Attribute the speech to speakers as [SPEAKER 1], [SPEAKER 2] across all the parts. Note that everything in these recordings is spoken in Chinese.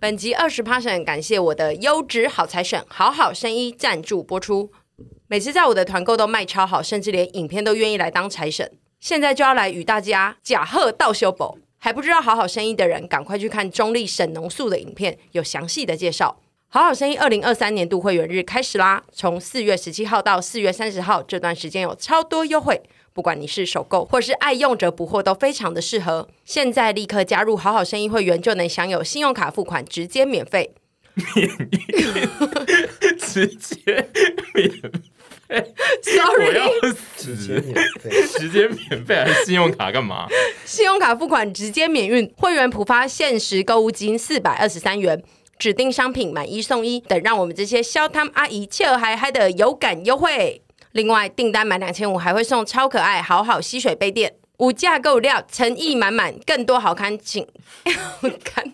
[SPEAKER 1] 本集二十 passion 感谢我的优质好财神好好生意赞助播出。每次在我的团购都卖超好，甚至连影片都愿意来当财神。现在就要来与大家假贺道修宝，还不知道好好生意的人，赶快去看中立沈农素的影片，有详细的介绍。好好生意二零二三年度会员日开始啦！从四月十七号到四月三十号这段时间有超多优惠，不管你是首购或是爱用者不惑，都非常的适合。现在立刻加入好好生意会员，就能享有信用卡付款直接免费。
[SPEAKER 2] 直接免， 我
[SPEAKER 1] Sorry，
[SPEAKER 2] 要
[SPEAKER 3] 直接
[SPEAKER 2] 死！
[SPEAKER 3] 免费。
[SPEAKER 2] 直接免费还是信用卡干嘛？
[SPEAKER 1] 信用卡付款直接免运，会员普发限时购物金四百二十三元，指定商品买一送一等，让我们这些消汤阿姨切嗨嗨的有感优惠。另外，订单满两千五还会送超可爱好好吸水杯垫，无价购物料，诚意满满，更多好康请 看。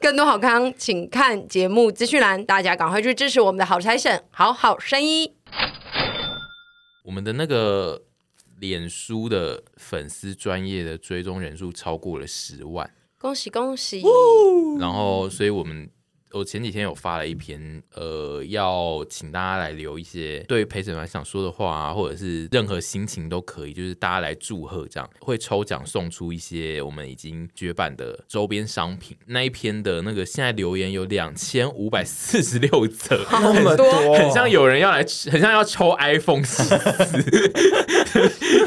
[SPEAKER 1] 更多好康，请看节目资讯栏。大家赶快去支持我们的好财神，好好生意。
[SPEAKER 2] 我们的那个脸书的粉丝专业的追踪人数超过了十万，
[SPEAKER 1] 恭喜恭喜！
[SPEAKER 2] 然后所以我们呃我前几天有发了一篇，呃，要请大家来留一些对陪审团想说的话啊，或者是任何心情都可以，就是大家来祝贺这样，会抽奖送出一些我们已经绝版的周边商品。那一篇的那个现在留言有两千五百四十六则，
[SPEAKER 3] 那么多，
[SPEAKER 2] 很像有人要来，很像要抽 iPhone 十 四，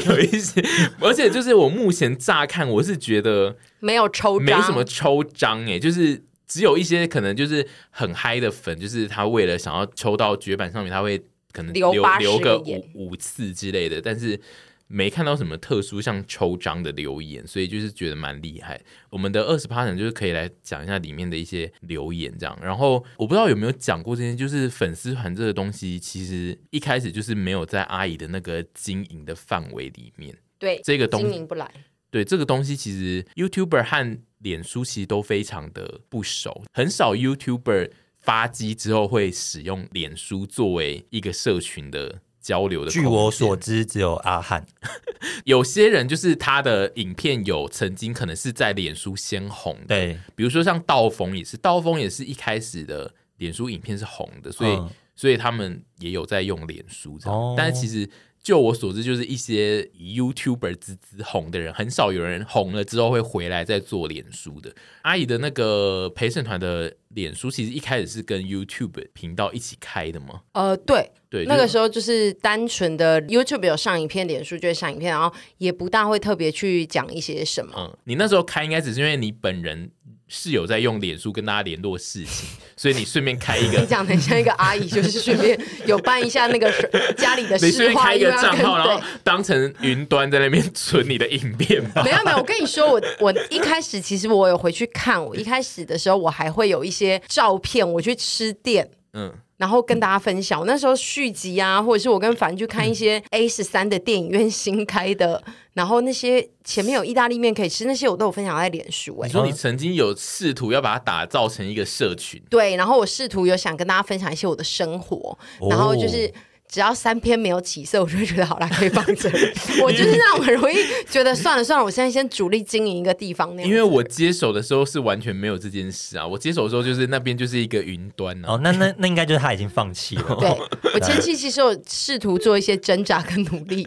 [SPEAKER 2] 有一些，而且就是我目前乍看，我是觉得
[SPEAKER 1] 没有抽
[SPEAKER 2] 没
[SPEAKER 1] 张，
[SPEAKER 2] 什么抽章哎、就是只有一些可能就是很嗨的粉，就是他为了想要抽到绝版上面，他会可能
[SPEAKER 1] 留
[SPEAKER 2] 留
[SPEAKER 1] 80
[SPEAKER 2] 留个
[SPEAKER 1] 个言
[SPEAKER 2] 五五次之类的，但是。没看到什么特殊像抽章的留言，所以就是觉得蛮厉害。我们的二十趴人就是可以来讲一下里面的一些留言这样。然后我不知道有没有讲过这些，就是粉丝团这个东西，其实一开始就是没有在阿姨的那个经营的范围里面。
[SPEAKER 1] 对
[SPEAKER 2] 这个东
[SPEAKER 1] 经营不来。
[SPEAKER 2] 对这个东西，其实 YouTuber 和脸书其实都非常的不熟，很少 YouTuber 发机之后会使用脸书作为一个社群的交流的。
[SPEAKER 4] 据我所，知，只有阿汉。
[SPEAKER 2] 有些人就是他的影片有曾经可能是在脸书先红的，
[SPEAKER 4] 对，
[SPEAKER 2] 比如说像道峰也是，道峰也是一开始的脸书影片是红的，所以、
[SPEAKER 4] 嗯
[SPEAKER 2] 所以他们也有在用脸书这样。
[SPEAKER 4] 哦
[SPEAKER 2] 但其实就我所知，就是一些以 YouTuber 之之红的人，很少有人红了之后会回来再做脸书的。阿姨的那个陪审团的脸书，其实一开始是跟 YouTube 频道一起开的嘛。
[SPEAKER 1] 呃，对，
[SPEAKER 2] 对，
[SPEAKER 1] 那个时
[SPEAKER 2] 候
[SPEAKER 1] 候就是单纯的 YouTube 有上影片，脸书就会上影片，然后也不大会特别去讲一些什么。
[SPEAKER 2] 嗯，你那时候开应该只是因为你本人是有在用脸书跟大家联络事情，所以你顺便开 一个
[SPEAKER 1] 你讲的像一个阿姨，就是顺便有办一下那个 是家里的
[SPEAKER 2] 你随
[SPEAKER 1] 事
[SPEAKER 2] 便
[SPEAKER 1] 话，
[SPEAKER 2] 开一个
[SPEAKER 1] 又要
[SPEAKER 2] 账
[SPEAKER 1] 跟
[SPEAKER 2] 号，然后
[SPEAKER 1] 对
[SPEAKER 2] 当成云端在那边存你的影片吧。
[SPEAKER 1] 没有没 有，我跟你说，我我一开始其实我有回去看，
[SPEAKER 2] 嗯
[SPEAKER 1] 我一开始的时候我还会有一些照片，我去吃店。
[SPEAKER 2] 嗯，
[SPEAKER 1] 然后跟大家分享，我那时候续集啊，或者是我跟凡去看一些
[SPEAKER 2] 嗯
[SPEAKER 1] A 十三的电影院新开的，然后那些前面有意大利面可以吃，那些我都有分享在脸书、欸。
[SPEAKER 2] 你说你曾经有试图要把它打造成一个社群，
[SPEAKER 1] 对，然后我试图有想跟大家分享一些我的生活，
[SPEAKER 4] 哦
[SPEAKER 1] 然后就是。只要三篇没有起色，我就会觉得好啦，可以放 着。我就是那种很容易觉得算了算了，我现在先主力经营一个地方那样。
[SPEAKER 2] 因为我接手的时候是完全没有这件事啊。我接手的时候就是那边就是一个云端啊。
[SPEAKER 4] 哦，那那那应该就是他已经放弃了，
[SPEAKER 1] 对我前期其实有试图做一些挣扎跟努 力，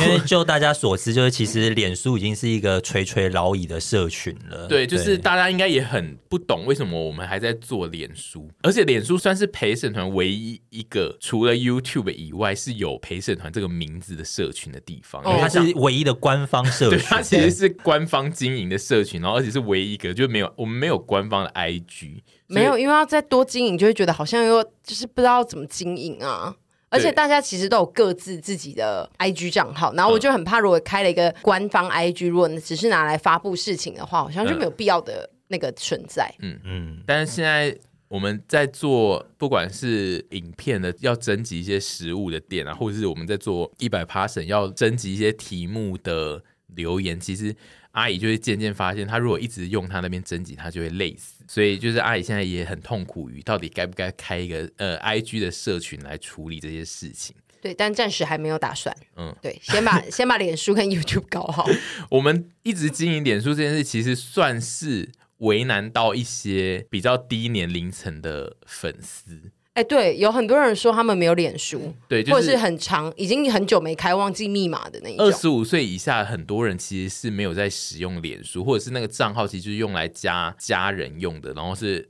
[SPEAKER 4] 因为就大家所知，就是其实脸书已经是一个垂垂老矣的社群了。
[SPEAKER 2] 对，就是大家应该也很不懂为什么我们还在做脸书，而且脸书算是陪审团唯一一个除了 YouTube 以外是有陪审团这个名字的社群的地
[SPEAKER 1] 哦
[SPEAKER 2] 方。因
[SPEAKER 4] 因
[SPEAKER 2] 为
[SPEAKER 4] 为它
[SPEAKER 2] 它
[SPEAKER 4] 是唯一的官方社
[SPEAKER 2] 对，
[SPEAKER 4] 群。
[SPEAKER 2] 它其实是官方经营的社群，然后而且是唯一一个，就没有我们没有官方的 IG，
[SPEAKER 1] 没有，
[SPEAKER 2] 所以
[SPEAKER 1] 因为要再多经营，就会觉得好像又就是不知道怎么经营啊。而且
[SPEAKER 2] 对
[SPEAKER 1] 大家其实都有各自自己的 IG 账号，然后我
[SPEAKER 2] 嗯
[SPEAKER 1] 就很怕，如果开了一个官方 IG，如果只是拿来发布事情的话，好
[SPEAKER 2] 嗯
[SPEAKER 1] 像就没有必要的那个存在。
[SPEAKER 4] 嗯，
[SPEAKER 2] 但是现在。我们在做，不管是影片的要征集一些食物的店啊，或者是我们在做一百 passion 要征集一些题目的留言，其实阿姨就会渐渐发现，她如果一直用她那边征集，她就会累死。所以就是阿姨现在也很痛苦于到底该不该开一个呃 IG 的社群来处理这些事情。
[SPEAKER 1] 对，但暂时还没有打算。嗯
[SPEAKER 2] 嗯，
[SPEAKER 1] 对，先把先把脸书跟 YouTube 搞好。
[SPEAKER 2] 我们一直经营脸书这件事，其实算是为难到一些比较低年龄层的粉丝。
[SPEAKER 1] 哎、对，有很多人说他们没有脸书，
[SPEAKER 2] 对，就
[SPEAKER 1] 或者是很长，已经很久没开，忘记密码的那一种
[SPEAKER 2] 二。十五岁以下，很多人其实是没有在使用脸书，或者是那个账号其实就是用来加家人用的，然后是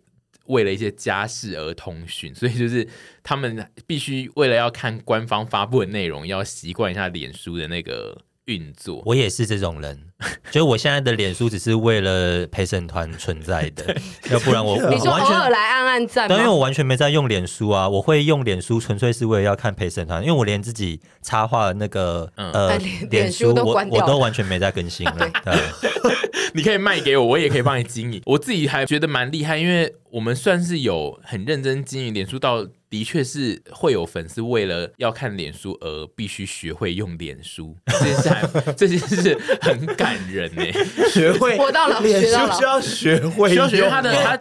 [SPEAKER 2] 为了一些家事而通讯，所以就是他们必须为了要看官方发布的内容，要习惯一下脸书的那个运作。
[SPEAKER 4] 我也是这种人，就是我现在的脸书只是为了陪审团存在 的，要不然我我
[SPEAKER 1] 你说
[SPEAKER 4] 完
[SPEAKER 1] 偶尔
[SPEAKER 4] 全。
[SPEAKER 1] 来按按赞
[SPEAKER 4] 对，因为
[SPEAKER 1] 吗？
[SPEAKER 4] 我完全没在用脸书啊，我会用脸书纯粹是为了要看陪审团，因为我连自己插画的那个、
[SPEAKER 2] 嗯
[SPEAKER 4] 呃
[SPEAKER 1] 哎脸脸
[SPEAKER 4] 脸
[SPEAKER 1] 书
[SPEAKER 4] 书
[SPEAKER 1] 都
[SPEAKER 4] 我
[SPEAKER 1] 关掉
[SPEAKER 4] 我
[SPEAKER 1] 了
[SPEAKER 4] 都完全没在更 新了。对，啊
[SPEAKER 2] 你可以卖给我，我也可以帮你经营。我 自己还觉得蛮厉害，因为我们算是有很认真经营脸书，到的确是会有粉丝为了要看脸书而必须学会用脸书，这件事还这件事很感人呢、
[SPEAKER 3] 学会
[SPEAKER 1] 活到老
[SPEAKER 3] 脸
[SPEAKER 1] 学到
[SPEAKER 3] 书
[SPEAKER 1] 老
[SPEAKER 3] 需要学会
[SPEAKER 2] 需要学
[SPEAKER 3] 用
[SPEAKER 2] 他的他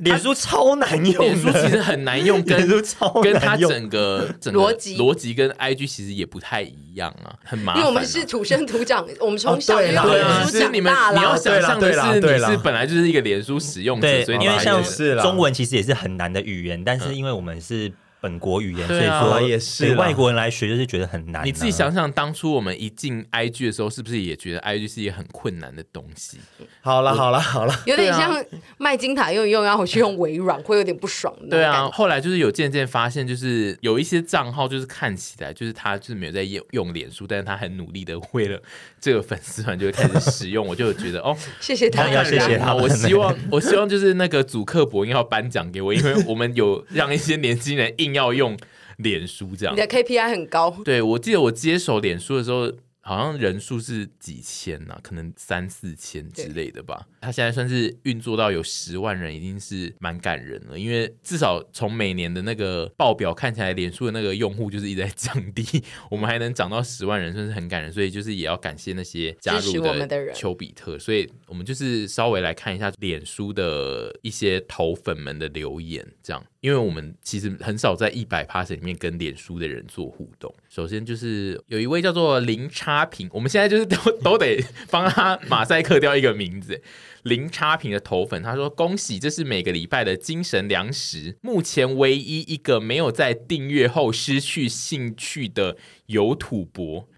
[SPEAKER 4] 脸书超难用
[SPEAKER 2] 脸书其实很难用，跟
[SPEAKER 4] 脸书超
[SPEAKER 2] 跟他
[SPEAKER 4] 难用
[SPEAKER 2] 整个整个
[SPEAKER 1] 逻辑
[SPEAKER 2] 逻辑跟 IG 其实也不太一样啊，很麻
[SPEAKER 1] 因
[SPEAKER 2] 烦啊、
[SPEAKER 1] 为我们是土生土长，我们从
[SPEAKER 3] 哦
[SPEAKER 1] 小就
[SPEAKER 3] 对啦
[SPEAKER 1] 用
[SPEAKER 2] 对
[SPEAKER 1] 脸
[SPEAKER 2] 啊，
[SPEAKER 1] 书
[SPEAKER 2] 是你
[SPEAKER 1] 长
[SPEAKER 2] 们
[SPEAKER 1] 大
[SPEAKER 2] 你要
[SPEAKER 1] 啦。
[SPEAKER 2] 想象的
[SPEAKER 3] 对啦
[SPEAKER 2] 是，
[SPEAKER 3] 对
[SPEAKER 2] 你
[SPEAKER 3] 啦
[SPEAKER 2] 是本来就是一个脸书使用者，
[SPEAKER 4] 对
[SPEAKER 2] 所以，你
[SPEAKER 4] 因为
[SPEAKER 2] 把它
[SPEAKER 4] 像
[SPEAKER 2] 用
[SPEAKER 3] 是啦
[SPEAKER 4] 中文其实也是很难的语言，但是因为我们是本国语言，所
[SPEAKER 2] 对
[SPEAKER 4] 以
[SPEAKER 2] 啊
[SPEAKER 4] 说
[SPEAKER 3] 也是啦
[SPEAKER 4] 对外国人来学就是觉得很难啊。
[SPEAKER 2] 你自己 想想，当初我们一进 IG 的时候，是不是也觉得 IG 是一个很困难的东西？
[SPEAKER 3] 好了好了好了，
[SPEAKER 1] 有点
[SPEAKER 2] 对啊
[SPEAKER 1] 像麦金塔用一用，然后我去用微软，会有点不爽的
[SPEAKER 2] 对
[SPEAKER 1] 那种感
[SPEAKER 2] 啊，
[SPEAKER 1] 觉。
[SPEAKER 2] 后来就是有渐渐发现，就是有一些账号，就是看起来就是他就是没有在用用脸书，但是他很努力的为了这个粉丝团就会开始使用，我就觉得 哦，
[SPEAKER 1] 谢谢大
[SPEAKER 4] 那
[SPEAKER 1] 家，
[SPEAKER 4] 要谢谢他们
[SPEAKER 2] 我希望我希望就是那个祖克伯应该要颁奖给我，因为我们有让一些年轻人硬要用脸书这样
[SPEAKER 1] 你。的 KPI 很高。
[SPEAKER 2] 对，我记得我接手脸书的时候，好像人数是几千呐、可能三四千之类的吧。它现在算是运作到有十万人，已经是蛮感人了。因为至少从每年的那个报表看起来，脸书的那个用户就是一直在 降低，我们还能涨到十万人，算是很感人。所以就是也要感谢那些加
[SPEAKER 1] 支持
[SPEAKER 2] 入
[SPEAKER 1] 我们的人
[SPEAKER 2] 丘比特。所以我们就是稍微来看一下脸书的一些头粉们的留言，这样，因为我们其实很少在一百 p a s s 里面跟脸书的人做互动。首先就是有一位叫做零差评，我们现在就是都都得帮他马赛克掉一个名字。零差评的头粉，他说：“恭喜，这是每个礼拜的精神粮食，目前唯一一个没有在订阅后失去兴趣的有土博。”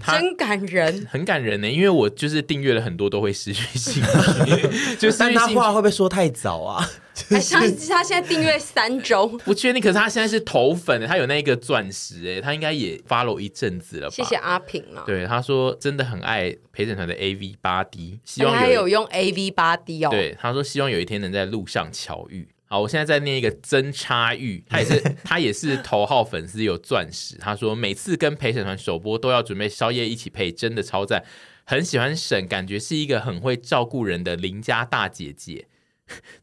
[SPEAKER 2] 他
[SPEAKER 1] 真感 人。
[SPEAKER 2] 很感人呢、因为我就是订阅了很多都会失去兴趣，就失
[SPEAKER 3] 但
[SPEAKER 2] 去
[SPEAKER 3] 他
[SPEAKER 2] 兴
[SPEAKER 3] 话
[SPEAKER 2] 趣。
[SPEAKER 3] 会不会说太早啊？
[SPEAKER 1] 哎，他他现在订阅三周，
[SPEAKER 2] 不确定，可是他现在是头粉，欸他有那个钻石哎、他应该也 follow 一阵子了吧？
[SPEAKER 1] 谢谢。阿平啊。
[SPEAKER 2] 对，他说真的很爱陪审团的 AV 八 D，希
[SPEAKER 1] 哎他
[SPEAKER 2] 望
[SPEAKER 1] 还
[SPEAKER 2] 有一
[SPEAKER 1] 有用 AV 八 D 哦，
[SPEAKER 2] 对，他说希望有一天能在路上巧遇。好，我现在在念一个真差玉，他也是他也是头号粉丝，有钻石。他说每次跟陪审团首播都要准备宵夜一起配，真的超赞，很喜欢沈，感觉是一个很会照顾人的邻家大姐姐。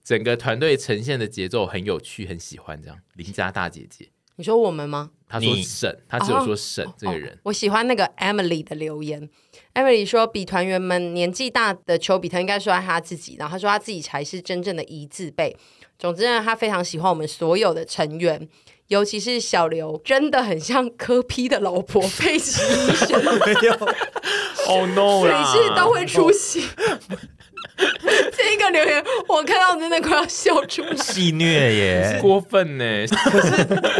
[SPEAKER 2] 整个团队呈现的节奏很有趣，很喜欢这样邻家大姐姐。
[SPEAKER 1] 你说我们吗？
[SPEAKER 2] 他说
[SPEAKER 4] 你
[SPEAKER 2] 沈，他只有说沈这个
[SPEAKER 1] 哦
[SPEAKER 2] 人，
[SPEAKER 1] 我喜欢那个 Emily 的留言。Emily 说，比团员们年纪大的丘比特应该说爱他自己，然后他说他自己才是真正的一字辈。总之呢，他非常喜欢我们所有的成员，尤其是小刘，真的很像科批的老婆佩奇医生，
[SPEAKER 3] 没有，
[SPEAKER 2] 哦 no
[SPEAKER 1] 每次都会出席。 这个留言我看到真的快要笑出来。
[SPEAKER 4] 戏 虐耶，
[SPEAKER 2] 过分呢。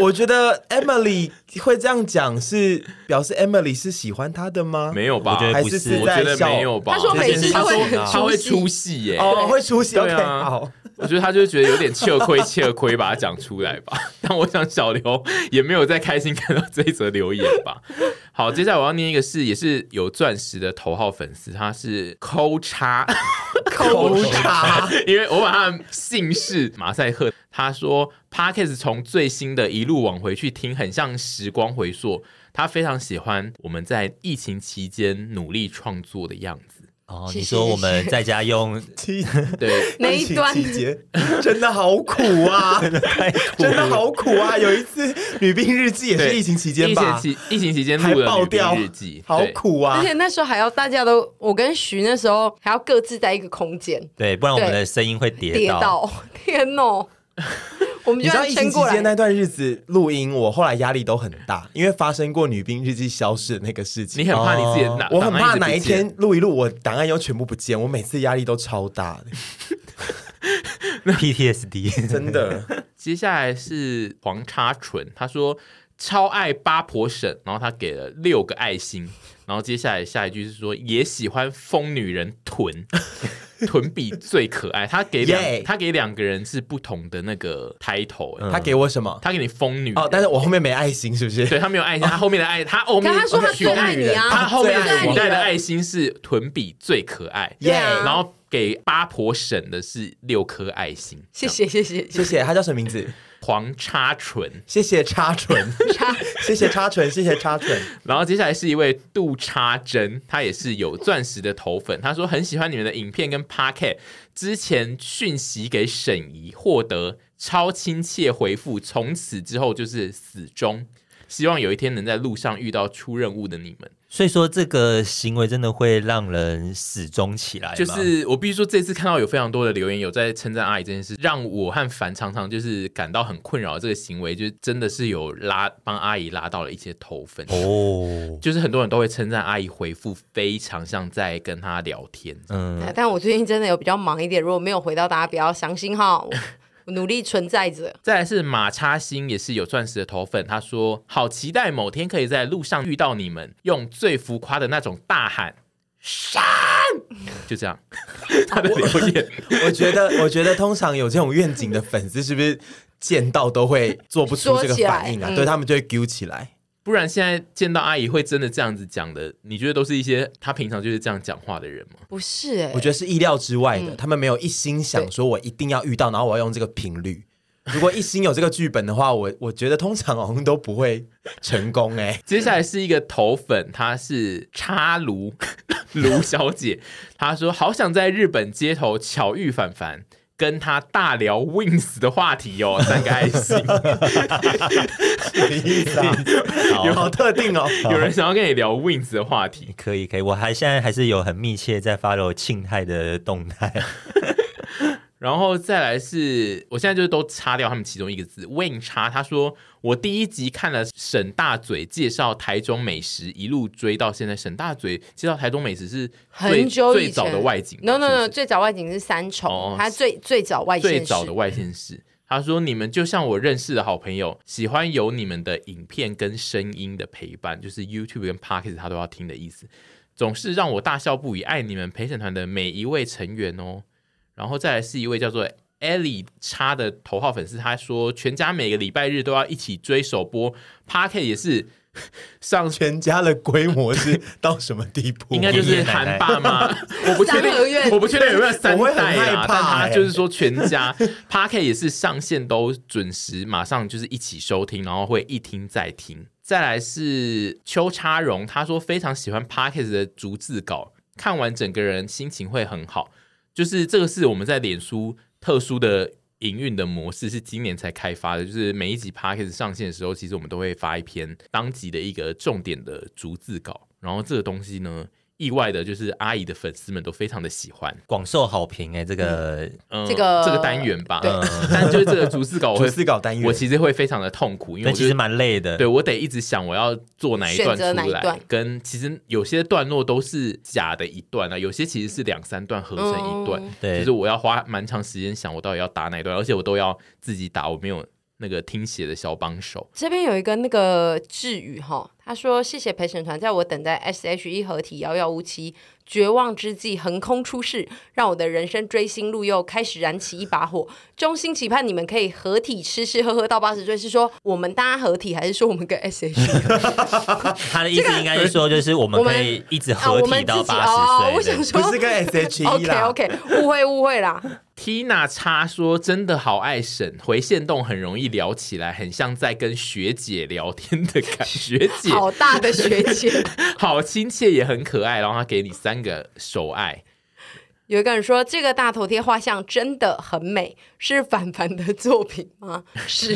[SPEAKER 3] 我觉得 Emily 会这样讲是表示 Emily 是喜欢他的吗？
[SPEAKER 2] 没有吧？
[SPEAKER 4] 我觉得
[SPEAKER 3] 还
[SPEAKER 4] 不
[SPEAKER 3] 是
[SPEAKER 4] 是
[SPEAKER 3] 是
[SPEAKER 2] 我觉
[SPEAKER 3] 在
[SPEAKER 2] 得
[SPEAKER 3] 笑？
[SPEAKER 2] 没有吧？
[SPEAKER 1] 他说
[SPEAKER 4] 每次
[SPEAKER 2] 他
[SPEAKER 4] 都会
[SPEAKER 2] 说
[SPEAKER 4] 很出戏
[SPEAKER 2] 他会出戏耶、
[SPEAKER 3] 哦，会出现。
[SPEAKER 2] 对
[SPEAKER 3] OK，
[SPEAKER 2] 啊
[SPEAKER 3] 好，
[SPEAKER 2] 我觉得他就是觉得有点吃亏，吃亏把它讲出来吧。但我想小刘也没有再开心看到这一则留言吧。好，接下来我要念一个是也是有钻石的头号粉丝，他是抠叉，
[SPEAKER 3] 口茶。
[SPEAKER 2] 因为我把他的姓氏马赛克。他说 p a r k e s 从最新的一路往回去听，很像时光回溯。他非常喜欢我们在疫情期间努力创作的样子。
[SPEAKER 4] 哦，
[SPEAKER 1] 谢谢
[SPEAKER 4] 你说我们在家用
[SPEAKER 2] 对，
[SPEAKER 1] 那一段
[SPEAKER 3] 疫情期间真的好苦啊，真的好苦啊！有一次女兵日记也是
[SPEAKER 2] 对
[SPEAKER 3] 疫情期间吧，
[SPEAKER 2] 疫情期疫情期间
[SPEAKER 3] 还
[SPEAKER 2] 录的
[SPEAKER 3] 爆
[SPEAKER 2] 女兵
[SPEAKER 3] 掉
[SPEAKER 2] 日记，，
[SPEAKER 3] 好
[SPEAKER 2] 对
[SPEAKER 3] 苦啊
[SPEAKER 1] 而！且那时候还要大家都，我跟徐那时候还要各自在一个空间
[SPEAKER 4] 对，不然我们
[SPEAKER 1] 对
[SPEAKER 4] 的声音会跌
[SPEAKER 1] 跌
[SPEAKER 4] 到。
[SPEAKER 1] 倒， 天哦！我们
[SPEAKER 3] 你
[SPEAKER 1] 就
[SPEAKER 3] 知道
[SPEAKER 1] 要
[SPEAKER 3] 疫情
[SPEAKER 1] 撑
[SPEAKER 3] 期
[SPEAKER 1] 过
[SPEAKER 3] 间
[SPEAKER 1] 来。
[SPEAKER 3] 那段日子录音，我后来压力都很大，因为发生过女兵日记消失的那个事情。哦
[SPEAKER 2] 你很怕你自己的哪？
[SPEAKER 3] 我很
[SPEAKER 2] 档案直
[SPEAKER 3] 怕
[SPEAKER 2] 不
[SPEAKER 3] 哪一
[SPEAKER 2] 见
[SPEAKER 3] 天录一录，我档案又全部不见，我每次压力都超大的。
[SPEAKER 4] PTSD，
[SPEAKER 3] 真 的，
[SPEAKER 2] 接下来是黄叉纯，他说超爱八婆婶，然后他给了六个爱心，然后接下来下一句是说也喜欢疯女人 臀，臀比最可爱。他给两
[SPEAKER 3] Yay
[SPEAKER 2] 他给两个人是不同的那个 title，、欸
[SPEAKER 3] 他给我什么？
[SPEAKER 2] 他给你疯女人
[SPEAKER 3] 嗯哦，但是我后面没爱心，是 不是？
[SPEAKER 2] 对他没有爱心，他后面的爱他后面
[SPEAKER 1] 可他说他
[SPEAKER 2] 取
[SPEAKER 1] 最爱你啊
[SPEAKER 2] 他后面
[SPEAKER 1] 最爱你
[SPEAKER 2] 取代的
[SPEAKER 1] 了
[SPEAKER 2] 爱心是臀比最可爱，
[SPEAKER 1] 对啊
[SPEAKER 2] 然后给八婆婶的是六颗爱心，
[SPEAKER 1] 谢谢谢谢
[SPEAKER 3] 谢谢，他叫什么名字？
[SPEAKER 2] 黄叉唇。
[SPEAKER 3] 谢谢叉唇，
[SPEAKER 1] 叉
[SPEAKER 3] 谢谢叉唇，谢谢叉唇。
[SPEAKER 2] 然后接下来是一位杜叉珍，他也是有钻石的头粉，他说很喜欢你们的影片跟 Pocket，之前讯息给沈怡获得超亲切回复，从此之后就是死忠。希望有一天能在路上遇到出任务的你们。
[SPEAKER 4] 所以说这个行为真的会让人始终起来吗，
[SPEAKER 2] 就是我必须说，这次看到有非常多的留言有在称赞阿姨这件事，让我和凡常常就是感到很困扰。这个行为就是真的是有拉帮阿姨拉到了一些头粉
[SPEAKER 4] 哦，
[SPEAKER 2] 就是很多人都会称赞阿姨回复非常像在跟她聊天。
[SPEAKER 4] 嗯，
[SPEAKER 1] 但我最近真的有比较忙一点，如果没有回到大家，不要伤心哈，我我努力存在着。
[SPEAKER 2] 再来是马叉星，也是有钻石的头粉，他说：“好期待某天可以在路上遇到你们，用最浮夸的那种大喊‘闪’，就这样。” 他的留言，
[SPEAKER 3] 我觉得，我觉得通常有这种愿景的粉丝，是不是见到都会做不出这个反应
[SPEAKER 1] 说起
[SPEAKER 3] 啊？
[SPEAKER 1] 来嗯
[SPEAKER 3] 对他们就会揪起来。
[SPEAKER 2] 不然现在见到阿姨会真的这样子讲的，你觉得都是一些他平常就是这样讲话的人吗？
[SPEAKER 1] 不是、欸，
[SPEAKER 3] 我觉得是意料之外的，他们没有一心想说我一定要遇到，然后我要用这个频率。如果一心有这个剧本的话，我我觉得通常好像都不会成功哎、
[SPEAKER 2] 接下来是一个头粉，她是叉卢 卢小姐，她说好想在日本街头巧遇凡凡。跟她大聊 Wings 的话题哦，三个爱心。
[SPEAKER 3] 什么意思啊？有好特定哦，
[SPEAKER 2] 有人想要跟你聊 Wings 的话题，
[SPEAKER 4] 可以可以，我还现在还是有很密切在 follow 庆泰的动态，
[SPEAKER 2] 然后再来是，我现在就是都擦掉他们其中一个字，Win 叉。他说我第一集看了沈大嘴介绍台中美食，一路追到现在。沈大嘴介绍台中美食是最
[SPEAKER 1] 很久以
[SPEAKER 2] 最
[SPEAKER 1] 前
[SPEAKER 2] 早的外景吧
[SPEAKER 1] No No
[SPEAKER 2] 是不
[SPEAKER 1] No，
[SPEAKER 2] 是
[SPEAKER 1] 最早外景是三
[SPEAKER 2] 哦
[SPEAKER 1] 重，它最最早外线
[SPEAKER 2] 最
[SPEAKER 1] 是
[SPEAKER 2] 早的外县市。他说：“你们就像我认识的好朋友，喜欢有你们的影片跟声音的陪伴，就是 YouTube 跟 Podcast 他都要听的意思，总是让我大笑不已，爱你们陪审团的每一位成员哦。”然后再来是一位叫做 Ellie 叉的头号粉丝，他说：“全家每个礼拜日都要一起追首播 p a r k e t 也是 上
[SPEAKER 3] 全家的规模是到什么地步？
[SPEAKER 2] 应该就
[SPEAKER 4] 爷
[SPEAKER 2] 是
[SPEAKER 4] 爷奶
[SPEAKER 2] 韩
[SPEAKER 4] 奶
[SPEAKER 2] 爸 妈，我不确定
[SPEAKER 1] 三合院，
[SPEAKER 2] 我不确定有没有三
[SPEAKER 3] 我会很
[SPEAKER 2] 代啦
[SPEAKER 3] 害，
[SPEAKER 2] 但
[SPEAKER 3] 怕
[SPEAKER 2] 他
[SPEAKER 3] 欸
[SPEAKER 2] 就是说全家 p a r k 也是上线都准时，马上就是一起收听，然后会一听再听。再来是邱叉荣，他说非常喜欢 p a r k 的逐字稿，看完整个人心情会很好。就是这个是我们在脸书特殊的营运的模式，是今年才开发的。就是每一集 p a c k a g e 上线的时候，其实我们都会发一篇当集的一个重点的逐字稿。然后这个东西呢，意外的就是阿姨的粉丝们都非常的喜欢。
[SPEAKER 4] 广受好评哎、这个
[SPEAKER 2] 嗯，
[SPEAKER 1] 这个
[SPEAKER 2] 这个单元吧，
[SPEAKER 1] 对
[SPEAKER 2] 嗯但就是这个逐字稿， 我会
[SPEAKER 3] 逐字稿单元
[SPEAKER 2] 我其实会非常的痛苦，因为
[SPEAKER 4] 但
[SPEAKER 2] 我
[SPEAKER 4] 其
[SPEAKER 2] 觉
[SPEAKER 4] 实
[SPEAKER 2] 得。
[SPEAKER 4] 蛮累的，
[SPEAKER 2] 对，我得一直想我要做哪一
[SPEAKER 1] 选
[SPEAKER 2] 段出
[SPEAKER 1] 择哪一
[SPEAKER 2] 来
[SPEAKER 1] 段，
[SPEAKER 2] 跟其实有些段落都是假的一段啊，有些其实是两三段合成一段，
[SPEAKER 1] 嗯
[SPEAKER 4] 对
[SPEAKER 2] 就是我要花蛮长时间想我到底要打哪一段，而且我都要自己打，我没有那个听写的小帮手。
[SPEAKER 1] 这边有一个那个志宇哈，他说谢谢陪审团，在我等待 S H E 合体遥遥无期、绝望之际横空出世，让我的人生追星路又开始燃起一把火。衷心期盼你们可以合体吃吃喝喝到八十岁，是说我们大家合体，还是说我们跟 S H E
[SPEAKER 4] 他的意思应该是说，就是我们
[SPEAKER 1] 我们
[SPEAKER 4] 可以一直
[SPEAKER 1] 啊？
[SPEAKER 4] 合
[SPEAKER 1] 我
[SPEAKER 4] 体
[SPEAKER 1] 们
[SPEAKER 4] 到
[SPEAKER 1] 自己
[SPEAKER 4] 八
[SPEAKER 1] 哦，我
[SPEAKER 4] 十岁
[SPEAKER 1] 想说
[SPEAKER 4] 的。
[SPEAKER 3] 不是跟 S H E
[SPEAKER 1] OK
[SPEAKER 3] 啦
[SPEAKER 1] OK，误哦会误会啦。
[SPEAKER 2] Tina 叉说：“真的好爱沈，回线动很容易聊起来，很像在跟学姐聊天的感觉。学姐
[SPEAKER 1] 好大的学姐。
[SPEAKER 2] 好亲切，也很可爱。然后他给你三个手爱，
[SPEAKER 1] 有一个人说，这个大头贴画像真的很美，是凡凡的作品吗？是，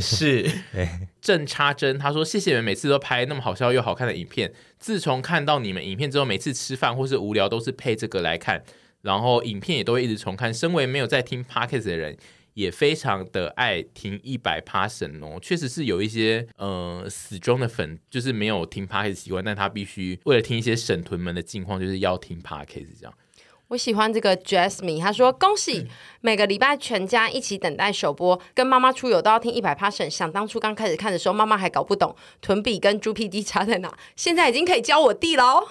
[SPEAKER 3] 是
[SPEAKER 2] 郑插针，他说：“谢谢你们每次都拍那么好笑又好看的影片。自从看到你们影片之后，每次吃饭或是无聊都是配这个来看，然后影片也都会一直重看。身为没有在听 podcast 的人，也非常的爱听一百 p a s s o n 哦。确实是有一些呃死忠的粉，就是没有听 podcast 习惯，但他必须为了听一些沈屯们的近况，就是要听 podcast 这样。
[SPEAKER 1] 我喜欢这个 Jasmine，她说恭喜、
[SPEAKER 3] 嗯
[SPEAKER 1] 每个礼拜全家一起等待首播，跟妈妈出游都要听一百 p a s s i o n 想当初刚开始看的时候，妈妈还搞不懂臀比跟猪屁弟差在哪，现在已经可以教我弟哦喽。